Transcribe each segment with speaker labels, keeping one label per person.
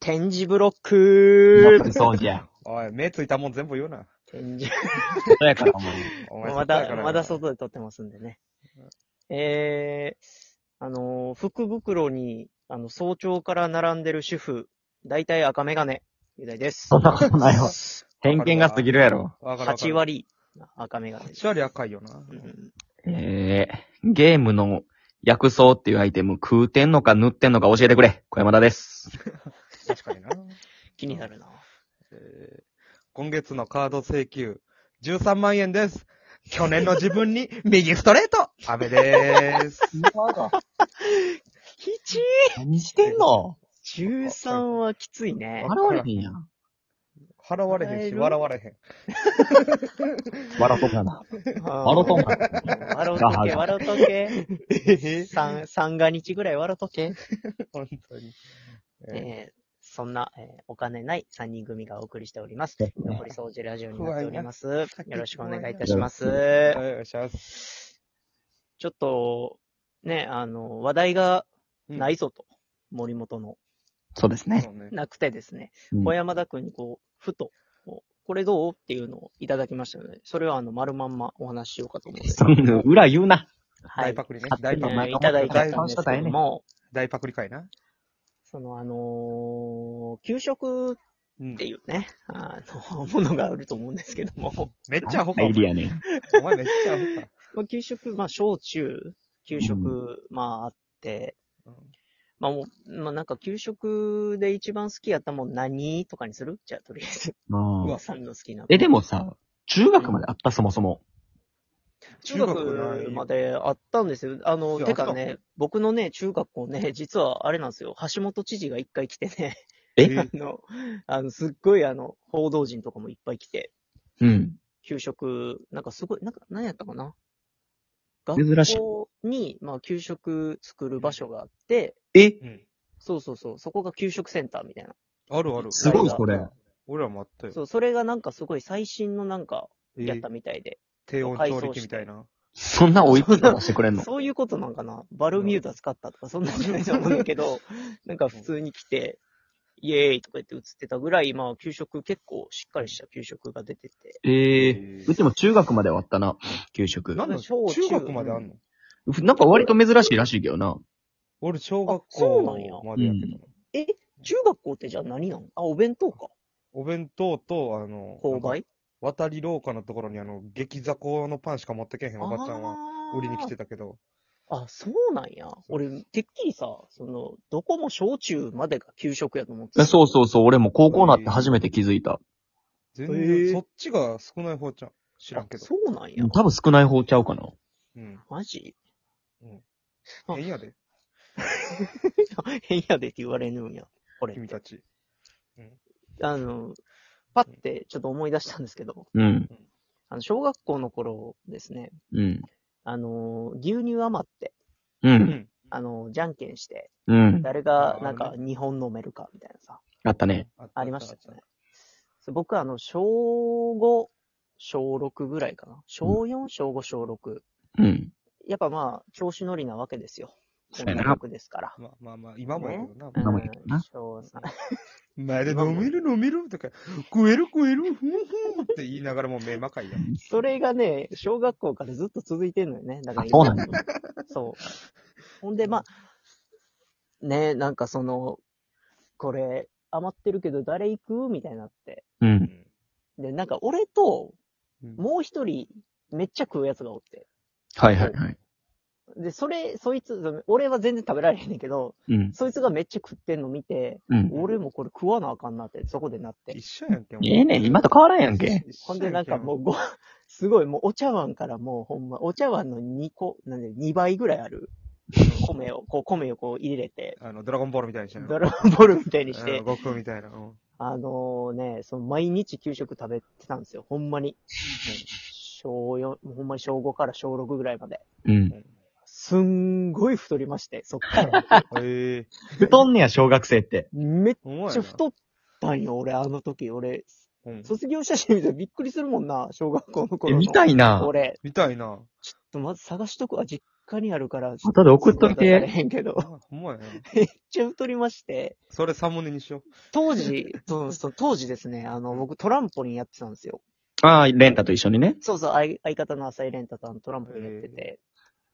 Speaker 1: 点字ブロッ
Speaker 2: ま
Speaker 1: ク
Speaker 2: さにそうじゃん。
Speaker 3: おい、目ついたもん全部言うな。
Speaker 1: 点字。
Speaker 2: そやからもう。
Speaker 3: お前
Speaker 1: ま
Speaker 3: 外やか
Speaker 1: だ、
Speaker 3: ら
Speaker 1: まだ外で撮ってますんでね。えー、あのー、福袋に、あの、早朝から並んでる主婦、大体赤メガネ、雄大です
Speaker 2: そ。んなことないわ。偏見が過ぎるやろ。
Speaker 3: わかるわか
Speaker 1: 8
Speaker 3: る。
Speaker 1: 割赤メガネです。
Speaker 3: 8割赤いよな。
Speaker 1: うん
Speaker 2: えー、ゲームの薬草っていうアイテム、食うてんのか塗ってんのか教えてくれ。小山田です。
Speaker 3: 確かにな。
Speaker 1: 気になるな。
Speaker 3: えー今月のカード請求、13万円です。去年の自分に、右ストレートアメでーす。
Speaker 1: 1
Speaker 2: 何してんの
Speaker 1: 13はきついね。
Speaker 2: 笑われへんやん。
Speaker 3: 払われへんし、笑われへん。
Speaker 2: 笑っとくかな。
Speaker 1: 笑
Speaker 2: 笑うとんか。
Speaker 1: 笑うとけ、笑うとけ。
Speaker 3: え
Speaker 1: 三、三が日ぐらい笑うとけ。
Speaker 3: 本当に。えー
Speaker 1: えーそんな、えーお金ない3人組がお送りしております。
Speaker 2: ですね
Speaker 1: 残り掃除ラジオになっております。よろしくお願いいたしま
Speaker 3: は
Speaker 1: す
Speaker 3: い。お願いします。。
Speaker 1: ちょっと、ね、あの、話題がないいぞと。森本の。
Speaker 2: そうですね。
Speaker 3: そうね
Speaker 1: なくてですね。
Speaker 2: うん
Speaker 1: 小山田くんにこう、ふと、こうこれどうっていうのをいただきましたので、それはあの、丸まんまお話ししようかと思うんです
Speaker 2: そ。んな 裏言うな。
Speaker 1: は
Speaker 3: 大
Speaker 1: い。
Speaker 3: パクリね。
Speaker 2: 勝手
Speaker 3: 大
Speaker 2: に
Speaker 3: パ
Speaker 2: お
Speaker 3: ク
Speaker 1: え
Speaker 2: 前
Speaker 1: ー
Speaker 3: リ。
Speaker 1: いただいたんですけども、
Speaker 3: 大パクリかいな。
Speaker 1: そのあのー給食っ
Speaker 3: うん
Speaker 1: て。いうね、あの、ものがあると思うんですけども、
Speaker 3: めっちゃアホか。
Speaker 2: アイ
Speaker 3: お
Speaker 2: ディアね。
Speaker 3: 前めっちゃアホか。
Speaker 1: まあ、給食、まあ、小中、給食、まあ、あって、
Speaker 3: うん
Speaker 1: まあ、もう、まあ、なんか、給食で一番好きやったもん何とかにするじゃあ、とりあえず、
Speaker 2: うん
Speaker 3: うわ
Speaker 1: さんの好きな。
Speaker 2: え、でもさ、中学まであったそもそも。
Speaker 1: 中
Speaker 3: 中
Speaker 1: 学
Speaker 3: 学
Speaker 1: まであったんですよ。あの、
Speaker 3: いや
Speaker 1: てか
Speaker 3: あっ
Speaker 1: ね、僕のね、中学校ね、実はあれなんですよ。橋本知事が一回来てね、
Speaker 2: え
Speaker 1: あの、あの、すっごいあの、報道陣とかもいっぱい来て、
Speaker 2: うん。
Speaker 1: 給食、なんかすごい、なんか、何やったかな
Speaker 2: 珍しい
Speaker 1: 学校に、まあ、給食作る場所があって、
Speaker 2: え
Speaker 3: うん。
Speaker 1: そうそうそう、そこが給食センターみたいな。
Speaker 3: あるある。
Speaker 2: すごいそれ。
Speaker 3: 俺らもあったよ。
Speaker 1: そう、それがなんかすごい最新のなんか、
Speaker 3: えー
Speaker 1: やったみたいで。
Speaker 3: 低温調理器みたいな。
Speaker 2: そんな追いつかしてくれん の
Speaker 1: そういうことなんかなバルミューダ使ったとか、そんなんじゃないと思うんだけど、なんか普通に来て、イエーイとか言って映ってたぐらい、まあ、給食結構しっかりした給食が出てて。
Speaker 2: ええ
Speaker 3: えー
Speaker 2: うちも中学まではあったな、給食。
Speaker 3: なんだ、中
Speaker 1: 小中
Speaker 3: 学まであんの
Speaker 2: なんか割と珍しいらしいけどな。
Speaker 3: 俺、小学
Speaker 1: あそうなんや
Speaker 3: 校までやってたの。
Speaker 1: え、中学校ってじゃあ何なんあ、お弁当か。
Speaker 3: お弁当と、あの、
Speaker 1: 購
Speaker 3: なんか
Speaker 1: 買
Speaker 3: 渡り廊下のところに、あの、激雑魚のパンしか持ってけへんおばちゃんは、売りに来てたけど、
Speaker 1: あー。あ、そうなんや。俺、てっきりさ、その、どこも小中までが給食やと思ってた。
Speaker 2: そうそうそう、俺も高校になって初めて気づいた。
Speaker 3: 全
Speaker 1: へー
Speaker 3: 然、そっちが少ない方じゃん。知らんけど
Speaker 1: あ。そうなんや。
Speaker 2: 多分少ない方ちゃうかな。
Speaker 3: うん。
Speaker 1: マジ あ
Speaker 3: 変やで、
Speaker 1: 変やでって言われるんや。これって
Speaker 3: 君たち。
Speaker 1: あの、パってちょっと思い出したんですけど、
Speaker 2: うん。
Speaker 1: あの、小学校の頃ですね、
Speaker 2: うん。
Speaker 1: あの、牛乳余って、
Speaker 2: う。
Speaker 3: うんん。
Speaker 1: あの、じゃんけんして、
Speaker 2: うん。
Speaker 1: 誰がなん
Speaker 3: あ
Speaker 1: か
Speaker 3: あ
Speaker 1: 2本飲めるかみたいなさ、
Speaker 2: あったね。
Speaker 3: っ
Speaker 1: ありましたよ。
Speaker 3: あっ
Speaker 1: ね。そう僕あの、小5、小6ぐらいかな。小4、小5、小6。
Speaker 2: うん。
Speaker 1: やっぱまあ、調子乗りなわけですよ。
Speaker 2: そうやな
Speaker 1: 僕ですから。
Speaker 3: まあまあまあ、今もやけどな。
Speaker 2: 今もやけどな
Speaker 1: 小三
Speaker 3: 前で飲める飲めるとか、食える食える、ふんふんって言いながらもう目まかいやん。
Speaker 1: それがね、小学校からずっと続いてんのよね。だから
Speaker 2: あそうなんだ
Speaker 1: 今そう。ほんで、まあ、ね、なんかその、これ、余ってるけど誰行くみたいになって。
Speaker 2: う。
Speaker 3: うんん
Speaker 1: で、なんか俺と、
Speaker 3: うん
Speaker 1: もう一人、めっちゃ食うやつがおって。
Speaker 2: はいはいはい。
Speaker 1: で、それ、そいつ、俺は全然食べられへんねんけど、
Speaker 2: うん。
Speaker 1: そいつがめっちゃ食ってんの見て、
Speaker 2: うん。
Speaker 1: 俺もこれ食わなあかんなって、そこでなって。
Speaker 3: 一緒やんけ、もう
Speaker 2: ええねん、今と変わらんやんけ。。
Speaker 1: ほんでなんかも
Speaker 3: う
Speaker 1: うご、 すごいもうお茶碗からもうほんま、お茶碗の2個、なんで2倍ぐらいある米を、こう米をこう入れて、
Speaker 3: あの、ドラゴンボールみたいにしてな
Speaker 1: ドラゴンボールみたいにし
Speaker 3: う
Speaker 1: て
Speaker 3: ん、悟空みたい な。うん
Speaker 1: あのね、その毎日給食食べてたんですよ、ほんまに。小4、ほんまに小5から小6ぐらいまで。
Speaker 2: うん。
Speaker 1: すんごい太りまして、そっから。
Speaker 3: ええ。
Speaker 2: 太んねや、小学生って。
Speaker 1: めっ
Speaker 3: お前
Speaker 1: ちゃ太ったんよ、俺、あの時。俺、
Speaker 3: うん
Speaker 1: 卒業写真見たらびっくりするもんな、小学校の
Speaker 2: え、
Speaker 1: 頃の。
Speaker 2: 見たいな。
Speaker 1: 俺、
Speaker 3: みたいな。
Speaker 1: ちょっとまず探しとくわ、実家にあるから、
Speaker 2: 後で送っとい
Speaker 1: ちょっ出され
Speaker 2: て。
Speaker 1: へんけど
Speaker 3: あ、ほんまやな。
Speaker 1: めっちゃ太りまして、
Speaker 3: それサムネにしよ
Speaker 1: 当時、 そうそう、当時ですね、あの、僕トランポリンやってたんですよ。
Speaker 2: ああ、レンタと一緒にね。
Speaker 1: そうそう、相相方の浅井蓮太さんトランポリンやってて。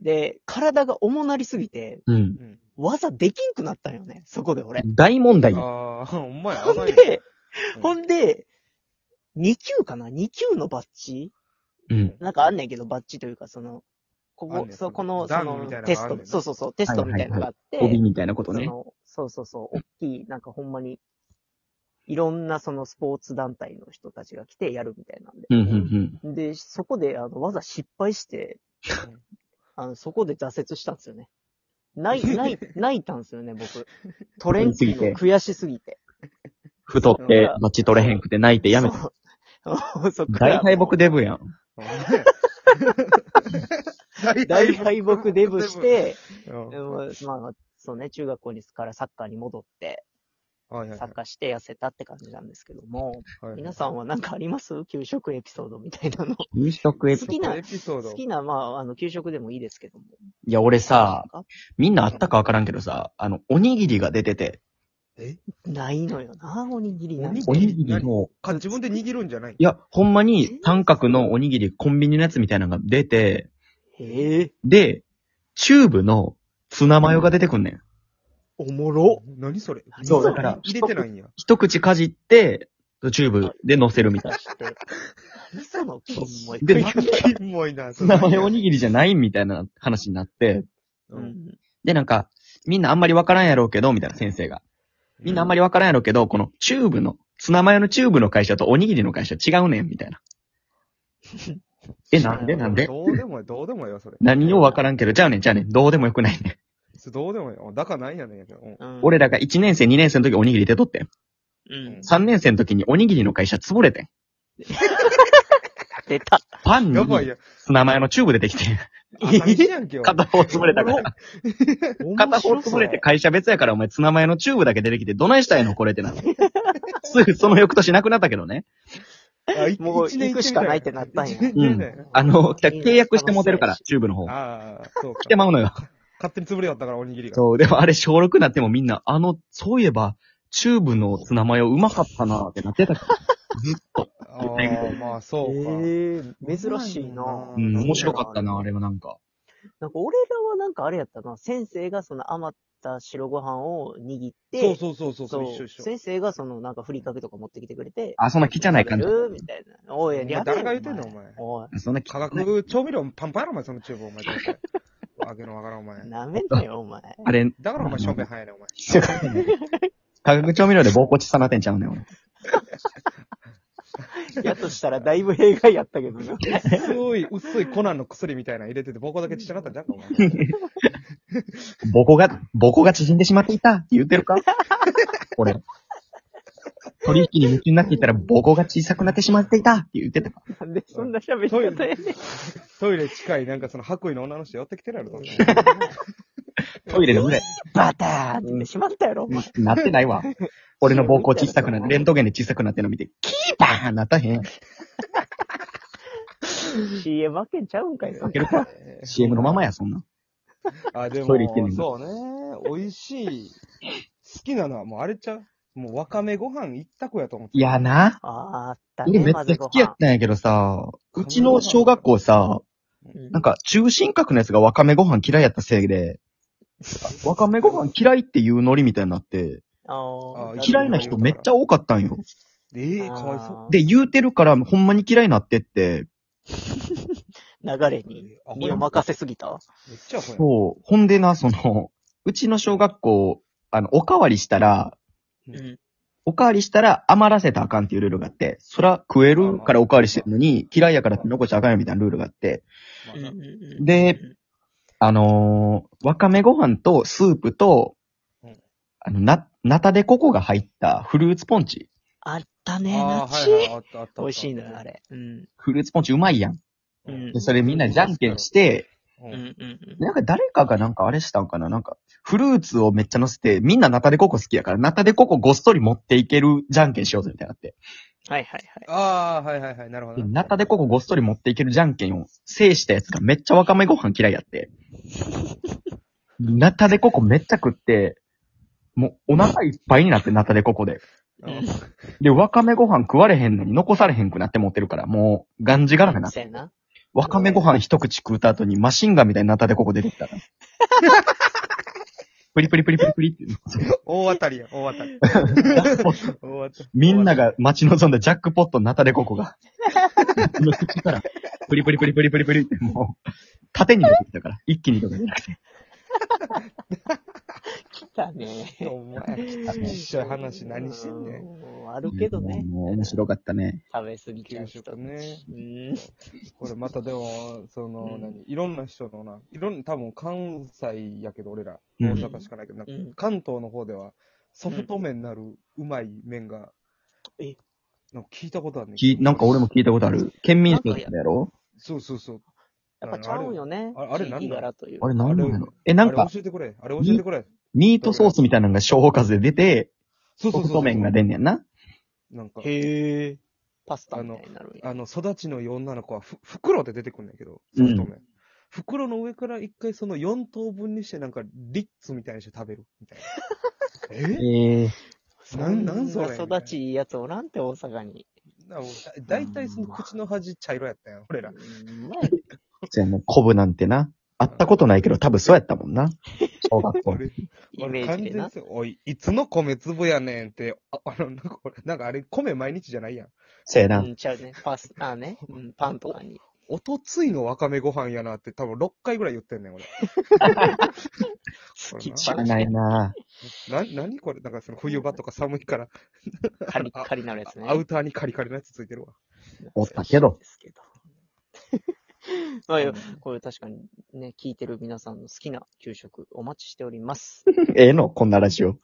Speaker 1: で、体が重なりすぎて、
Speaker 2: うん
Speaker 3: う。。うん。
Speaker 1: 技できんくなったんよね、そこで俺。
Speaker 2: 大問題。
Speaker 3: ああ、ほんまや。
Speaker 1: ほん
Speaker 3: 危ない
Speaker 1: で、
Speaker 3: うん
Speaker 1: ほんで、2級かな ?2 級のバッジ
Speaker 2: うん。
Speaker 1: なんかあんねんけど、バッジというか、その、こ
Speaker 3: あん
Speaker 1: こ
Speaker 3: ね、ん
Speaker 1: そう、
Speaker 3: その
Speaker 1: この、そ
Speaker 3: 段
Speaker 1: の
Speaker 3: みたいなのがあるねんな
Speaker 1: テスト、そうそうそう、テストみたいなのがあって、
Speaker 2: 帯みたいなこと
Speaker 1: そ
Speaker 2: ね。
Speaker 1: の、そうそうそう、大きい、なんかほんまに、いろんなそのスポーツ団体の人たちが来てやるみたいなんで。
Speaker 2: うん、うん、うん。
Speaker 1: で、そこで、あの、技失敗 して
Speaker 3: ん、
Speaker 1: あの、そこで挫折したんですよね。ない、ない、泣いたんですよね、僕。 トレンチの悔しすぎて。
Speaker 2: 太って、バッチ取れへんくて泣いてやめた。
Speaker 1: そう。 そっか
Speaker 2: 大
Speaker 1: ら
Speaker 2: 敗北デブやん。
Speaker 3: ほんまや大
Speaker 1: 大敗北デブし、て、
Speaker 3: うん
Speaker 1: でもまあ、そうね、中学校にからサッカーに戻って、
Speaker 3: はいはい
Speaker 1: サ
Speaker 3: は
Speaker 1: ッカーして痩せたって感じなんですけども、
Speaker 3: いはい
Speaker 1: 皆さんは何かあります給食エピソードみたい なの。
Speaker 2: 飲食エピ
Speaker 1: 好。きな
Speaker 3: エピソード
Speaker 1: 好。きな、まあ、あの、給食でもいいですけども。
Speaker 2: いや、俺さ、
Speaker 1: あ
Speaker 2: みんなあったかわからんけどさ、あの、おにぎりが出てて、
Speaker 3: え
Speaker 1: ないのよな、おにぎりな
Speaker 3: おに
Speaker 1: ん
Speaker 3: ぎ
Speaker 1: て
Speaker 2: おにぎりの、
Speaker 3: か自分で握るんじゃない
Speaker 2: いや、ほんまに三角のおにぎりコンビニのやつみたいなのが出て、
Speaker 1: へえ、
Speaker 2: で、チューブのツナマヨが出てくんねん。
Speaker 1: おもろ。
Speaker 3: 何それ
Speaker 1: 何
Speaker 2: そうだから
Speaker 3: 入れてないんや。
Speaker 2: 一口かじって、チューブで乗せるみたいな。
Speaker 1: して何その金もい
Speaker 2: で
Speaker 3: キモいな、
Speaker 2: ツナマヨおにぎりじゃないみたいな話になって、
Speaker 1: う。ん。
Speaker 2: で、なんか、みんなあんまりわからんやろうけど、みたいな先生が。みんなあんま
Speaker 3: り。
Speaker 2: りわからんやろうけど、このチューブの、ツナマヨのチューブの会社とおにぎりの会社違うねん、みたいな。え、なんでなんで
Speaker 3: どうでもよ、どうでもよ、それ。
Speaker 2: 何をわからんけど、じゃあねん、じゃあねん、どうでもよくないねん。
Speaker 3: どうでもよ。だからなんやねんやけど。うん
Speaker 1: うん
Speaker 2: 俺ら、が1年生、2年生の時おにぎり出とってん。
Speaker 1: うん。
Speaker 2: 3年生の時におにぎりの会社潰れてん。
Speaker 1: 出た。
Speaker 2: パンに
Speaker 3: やばいや。
Speaker 2: ツナマヨのチューブ出てきてん。
Speaker 3: 朝飯やんけ、お前
Speaker 2: 片方潰れたから。片方潰れて
Speaker 1: 面白
Speaker 2: 会社別やからお前ツナマヨのチューブだけ出てきて、どないしたいのこれってなる。すぐその翌年なくなったけどね。
Speaker 3: あい
Speaker 1: それ。もう
Speaker 3: 一年
Speaker 1: 行くしかないってなったんや
Speaker 3: 一。年
Speaker 2: う
Speaker 3: 行ってみたい
Speaker 2: ん。あの、契約してモデるから、
Speaker 1: 楽し
Speaker 2: チューブの方。来
Speaker 3: ああ、そうか。
Speaker 2: てまうのよ。
Speaker 3: 勝手に潰れよったから、おにぎりが。
Speaker 2: そう、でもあれ小6になってもみんな、あの、そういえば、チューブのツナマヨうまかったなってなってたから。
Speaker 3: ああ、まあ、そうか。
Speaker 1: ええ珍しいな
Speaker 2: う
Speaker 3: う
Speaker 2: ん、
Speaker 3: ん
Speaker 2: 面白かったな、あれはなんか。
Speaker 1: なんか俺らはなんかあれやったな。先生がその余った白ご飯を握って、
Speaker 3: そうそうそうそう、そう一緒一緒。
Speaker 1: 先生がそのなんかふりかけとか持ってきてくれて、
Speaker 2: あ、そんな汚い感
Speaker 1: 食。
Speaker 2: じ
Speaker 1: べるみたいな。おい、やべえ
Speaker 3: 誰が言ってんの、お前。
Speaker 1: おい、
Speaker 2: そんな
Speaker 3: 化
Speaker 2: 汚い。
Speaker 3: 学調味料パンパンやろ、お前、そのチューブ、お前。わけのわからん、お前。
Speaker 1: なめんなよ、お前。
Speaker 2: あれ、
Speaker 3: だからお前、しょんべん早いね、お前。
Speaker 2: 化学調味料で膀胱ちさなってんちゃうねん、俺。
Speaker 1: やとしたらだ いぶ弊害やったけどな。
Speaker 3: 薄い、薄いコナンの薬みたいなの入れてて、膀胱だけちっちゃなったんじゃんか、お前。
Speaker 2: 膀胱が、膀胱が縮んでしまっていたって言って るか俺。取引に夢中になっていたら膀胱が小さくなってしまっていたって言ってたか。
Speaker 1: なんでそんな喋り方やねん。
Speaker 3: トイレ近い、なんかその白衣の女の人寄ってきてるやろ、どうせ
Speaker 2: トイレでぐらい。
Speaker 1: バターって言ってしまったやろ、お前。
Speaker 2: なってないわ。俺の膀胱小さくなって、レントゲンで小さくなってるの見て、キーパーなったへん。
Speaker 1: CM 開けんちゃうんかいな。
Speaker 2: いけるか ?CM のままや、そんな。
Speaker 3: あ、でも
Speaker 2: トイレ行ってんね、ん
Speaker 3: そうね。美味しい。好きなのは、もうあれちゃうもうわかめご飯一択やと思って。
Speaker 2: いやな。
Speaker 1: ああ、あった
Speaker 2: 俺
Speaker 1: ね。
Speaker 2: めっ
Speaker 1: 混
Speaker 2: ち
Speaker 1: ぜ
Speaker 2: ゃ
Speaker 1: ご
Speaker 2: 好
Speaker 1: 飯
Speaker 2: きやったんやけどさ、うちの小学校さ、なんか中心角のやつがわかめご飯嫌いやったせいで、わかめご飯嫌いっていうノリみたいになって、
Speaker 1: あ
Speaker 3: あ
Speaker 1: あ、
Speaker 2: 嫌いな人めっちゃ多かったんよ。
Speaker 3: ええかわいそう。
Speaker 1: で、
Speaker 2: で、言うてるから、ほんまに嫌いになってって、
Speaker 1: 流れに
Speaker 3: あほ
Speaker 1: 身
Speaker 3: や
Speaker 1: を
Speaker 3: めっ
Speaker 1: 任せすぎた。
Speaker 3: ちゃほ
Speaker 2: そう。ほんでな、その、うちの小学校、あの、おかわりしたら、
Speaker 1: うん。
Speaker 2: おかわりしたら余らせたらあかんっていうルールがあって、そら食えるからおかわりしてるのに、嫌いやから残しちゃあかんよみたいなルールがあって、
Speaker 3: や。まあな
Speaker 2: で、あのーわかめご飯とスープと
Speaker 3: うん、
Speaker 2: あの、な、ナタデココが入ったフルーツポンチ。
Speaker 1: あったね、
Speaker 3: ああ、
Speaker 1: 懐かし
Speaker 3: はい
Speaker 1: い
Speaker 3: はい、あったあった。
Speaker 1: 美味しいのよ、あ。れ。うん。
Speaker 2: フルーツポンチうまいやん。
Speaker 1: うん
Speaker 2: で、それみんなじゃんけんして、
Speaker 1: うんうんうん。
Speaker 2: なんか誰かがなんかあれしたんかななんか、フルーツをめっちゃ乗せて、みんなナタデココ好きやから、ナタデココごっそり持っていけるじゃんけんしようぜみたいになって。
Speaker 1: はいはいはい。
Speaker 3: ああ、はいはいはい、なるほど
Speaker 2: で、。ナタでここごっそり持っていけるじゃんけんを制したやつがめっちゃわかめご飯嫌いやって。ナタでここめっちゃ食って、もうお腹いっぱいになって、ナタでここで。
Speaker 1: うん
Speaker 2: で、わかめご飯食われへんのに残されへんくなって持ってるから、もう、がんじがらめな。
Speaker 1: そうやな。
Speaker 2: わかめご飯一口食うた後にマシンガンみたいにナタでここ出てきたら。 プリプリプリプリプリって。
Speaker 3: 大当たりや、大当たり。 大当たり
Speaker 2: みんなが待ち望んだジャックポットナタデココが、の口から、プリプリプリプリプリプリってもう、縦に出てきたから、一気に出てき
Speaker 1: 来たね。
Speaker 3: お前、きっしょい話何してんねん。
Speaker 1: ん。あるけどね。
Speaker 2: もう面白かったね。
Speaker 1: 食べ過ぎちゃ
Speaker 3: 給
Speaker 1: う人
Speaker 3: 食。ね。
Speaker 1: うん。
Speaker 3: これまたでも、その、
Speaker 1: うん
Speaker 3: 何いろんな人のな、いろんな、多分関西やけど俺ら、
Speaker 2: う
Speaker 3: 大
Speaker 2: ん
Speaker 3: 阪しかないけど、なんか
Speaker 1: うん
Speaker 3: 関東の方では、ソフト麺なるうまい麺が、
Speaker 1: え
Speaker 3: なんか聞いたことあるねんけ
Speaker 2: き
Speaker 3: ど
Speaker 2: なんか俺も聞いたことある。県民性だやろ
Speaker 3: そうそうそう。
Speaker 1: やっぱちゃうんよね。
Speaker 3: あれあれ
Speaker 1: 地域柄という
Speaker 2: あ。れなんなんやろえ、なん
Speaker 3: あ
Speaker 2: か
Speaker 3: れ、教えてくれ。あれ教えてくれ。
Speaker 2: ミートソースみたいなのが小数で出て、
Speaker 3: そうそ
Speaker 2: ソ
Speaker 3: うそう
Speaker 2: フ
Speaker 3: そ
Speaker 2: ト
Speaker 3: う。
Speaker 2: 麺が出んねんな。
Speaker 3: なんか、
Speaker 1: へえ。パスタみたいになるんや。
Speaker 3: あの、育ちのいい女の子は、ふ、袋で出てくんねんけど、
Speaker 2: う
Speaker 3: ソ
Speaker 2: ん
Speaker 3: フト麺。袋の上から一回その4等分にしてなんかリッツみたいにして食べる。みたいな。
Speaker 2: え
Speaker 3: え
Speaker 2: え
Speaker 3: なんなんそれ
Speaker 1: んな育ちいいやつおらんって、大阪に。
Speaker 3: だだいたいその口の端茶色やったよ、俺ら。
Speaker 1: うん
Speaker 2: じゃあもう、コブなんてな。会ったことないけど、多分そうやったもんな。小学校。
Speaker 3: 俺、
Speaker 1: イメ
Speaker 3: 俺
Speaker 1: ー
Speaker 3: 完
Speaker 1: ジで
Speaker 3: 全
Speaker 1: な
Speaker 3: に。そうおい、いつの米粒やねんって、あ、あの、なんか俺なんかあれ、米毎日じゃないやん。
Speaker 2: せや
Speaker 1: う
Speaker 2: な。
Speaker 1: ん、ちゃうね。パス、あーね。うん、パンとかに。
Speaker 3: おとついのわかめご飯やなって多分6回ぐらい言ってんねん、俺。
Speaker 1: 好きっ
Speaker 2: 知
Speaker 1: ぱ
Speaker 2: ら
Speaker 1: な
Speaker 2: な
Speaker 1: し
Speaker 2: い。な
Speaker 3: な、なにこれなんかその冬場とか寒いから、
Speaker 1: カリッカリなるやつね。
Speaker 3: アウターにカリカリのやつついてるわ。
Speaker 2: おったけど。
Speaker 1: ですけど。 まあいや
Speaker 3: うん、
Speaker 1: これ確かにね、聞いてる皆さんの好きな給食お待ちしております。
Speaker 2: ええのこんなラジオ。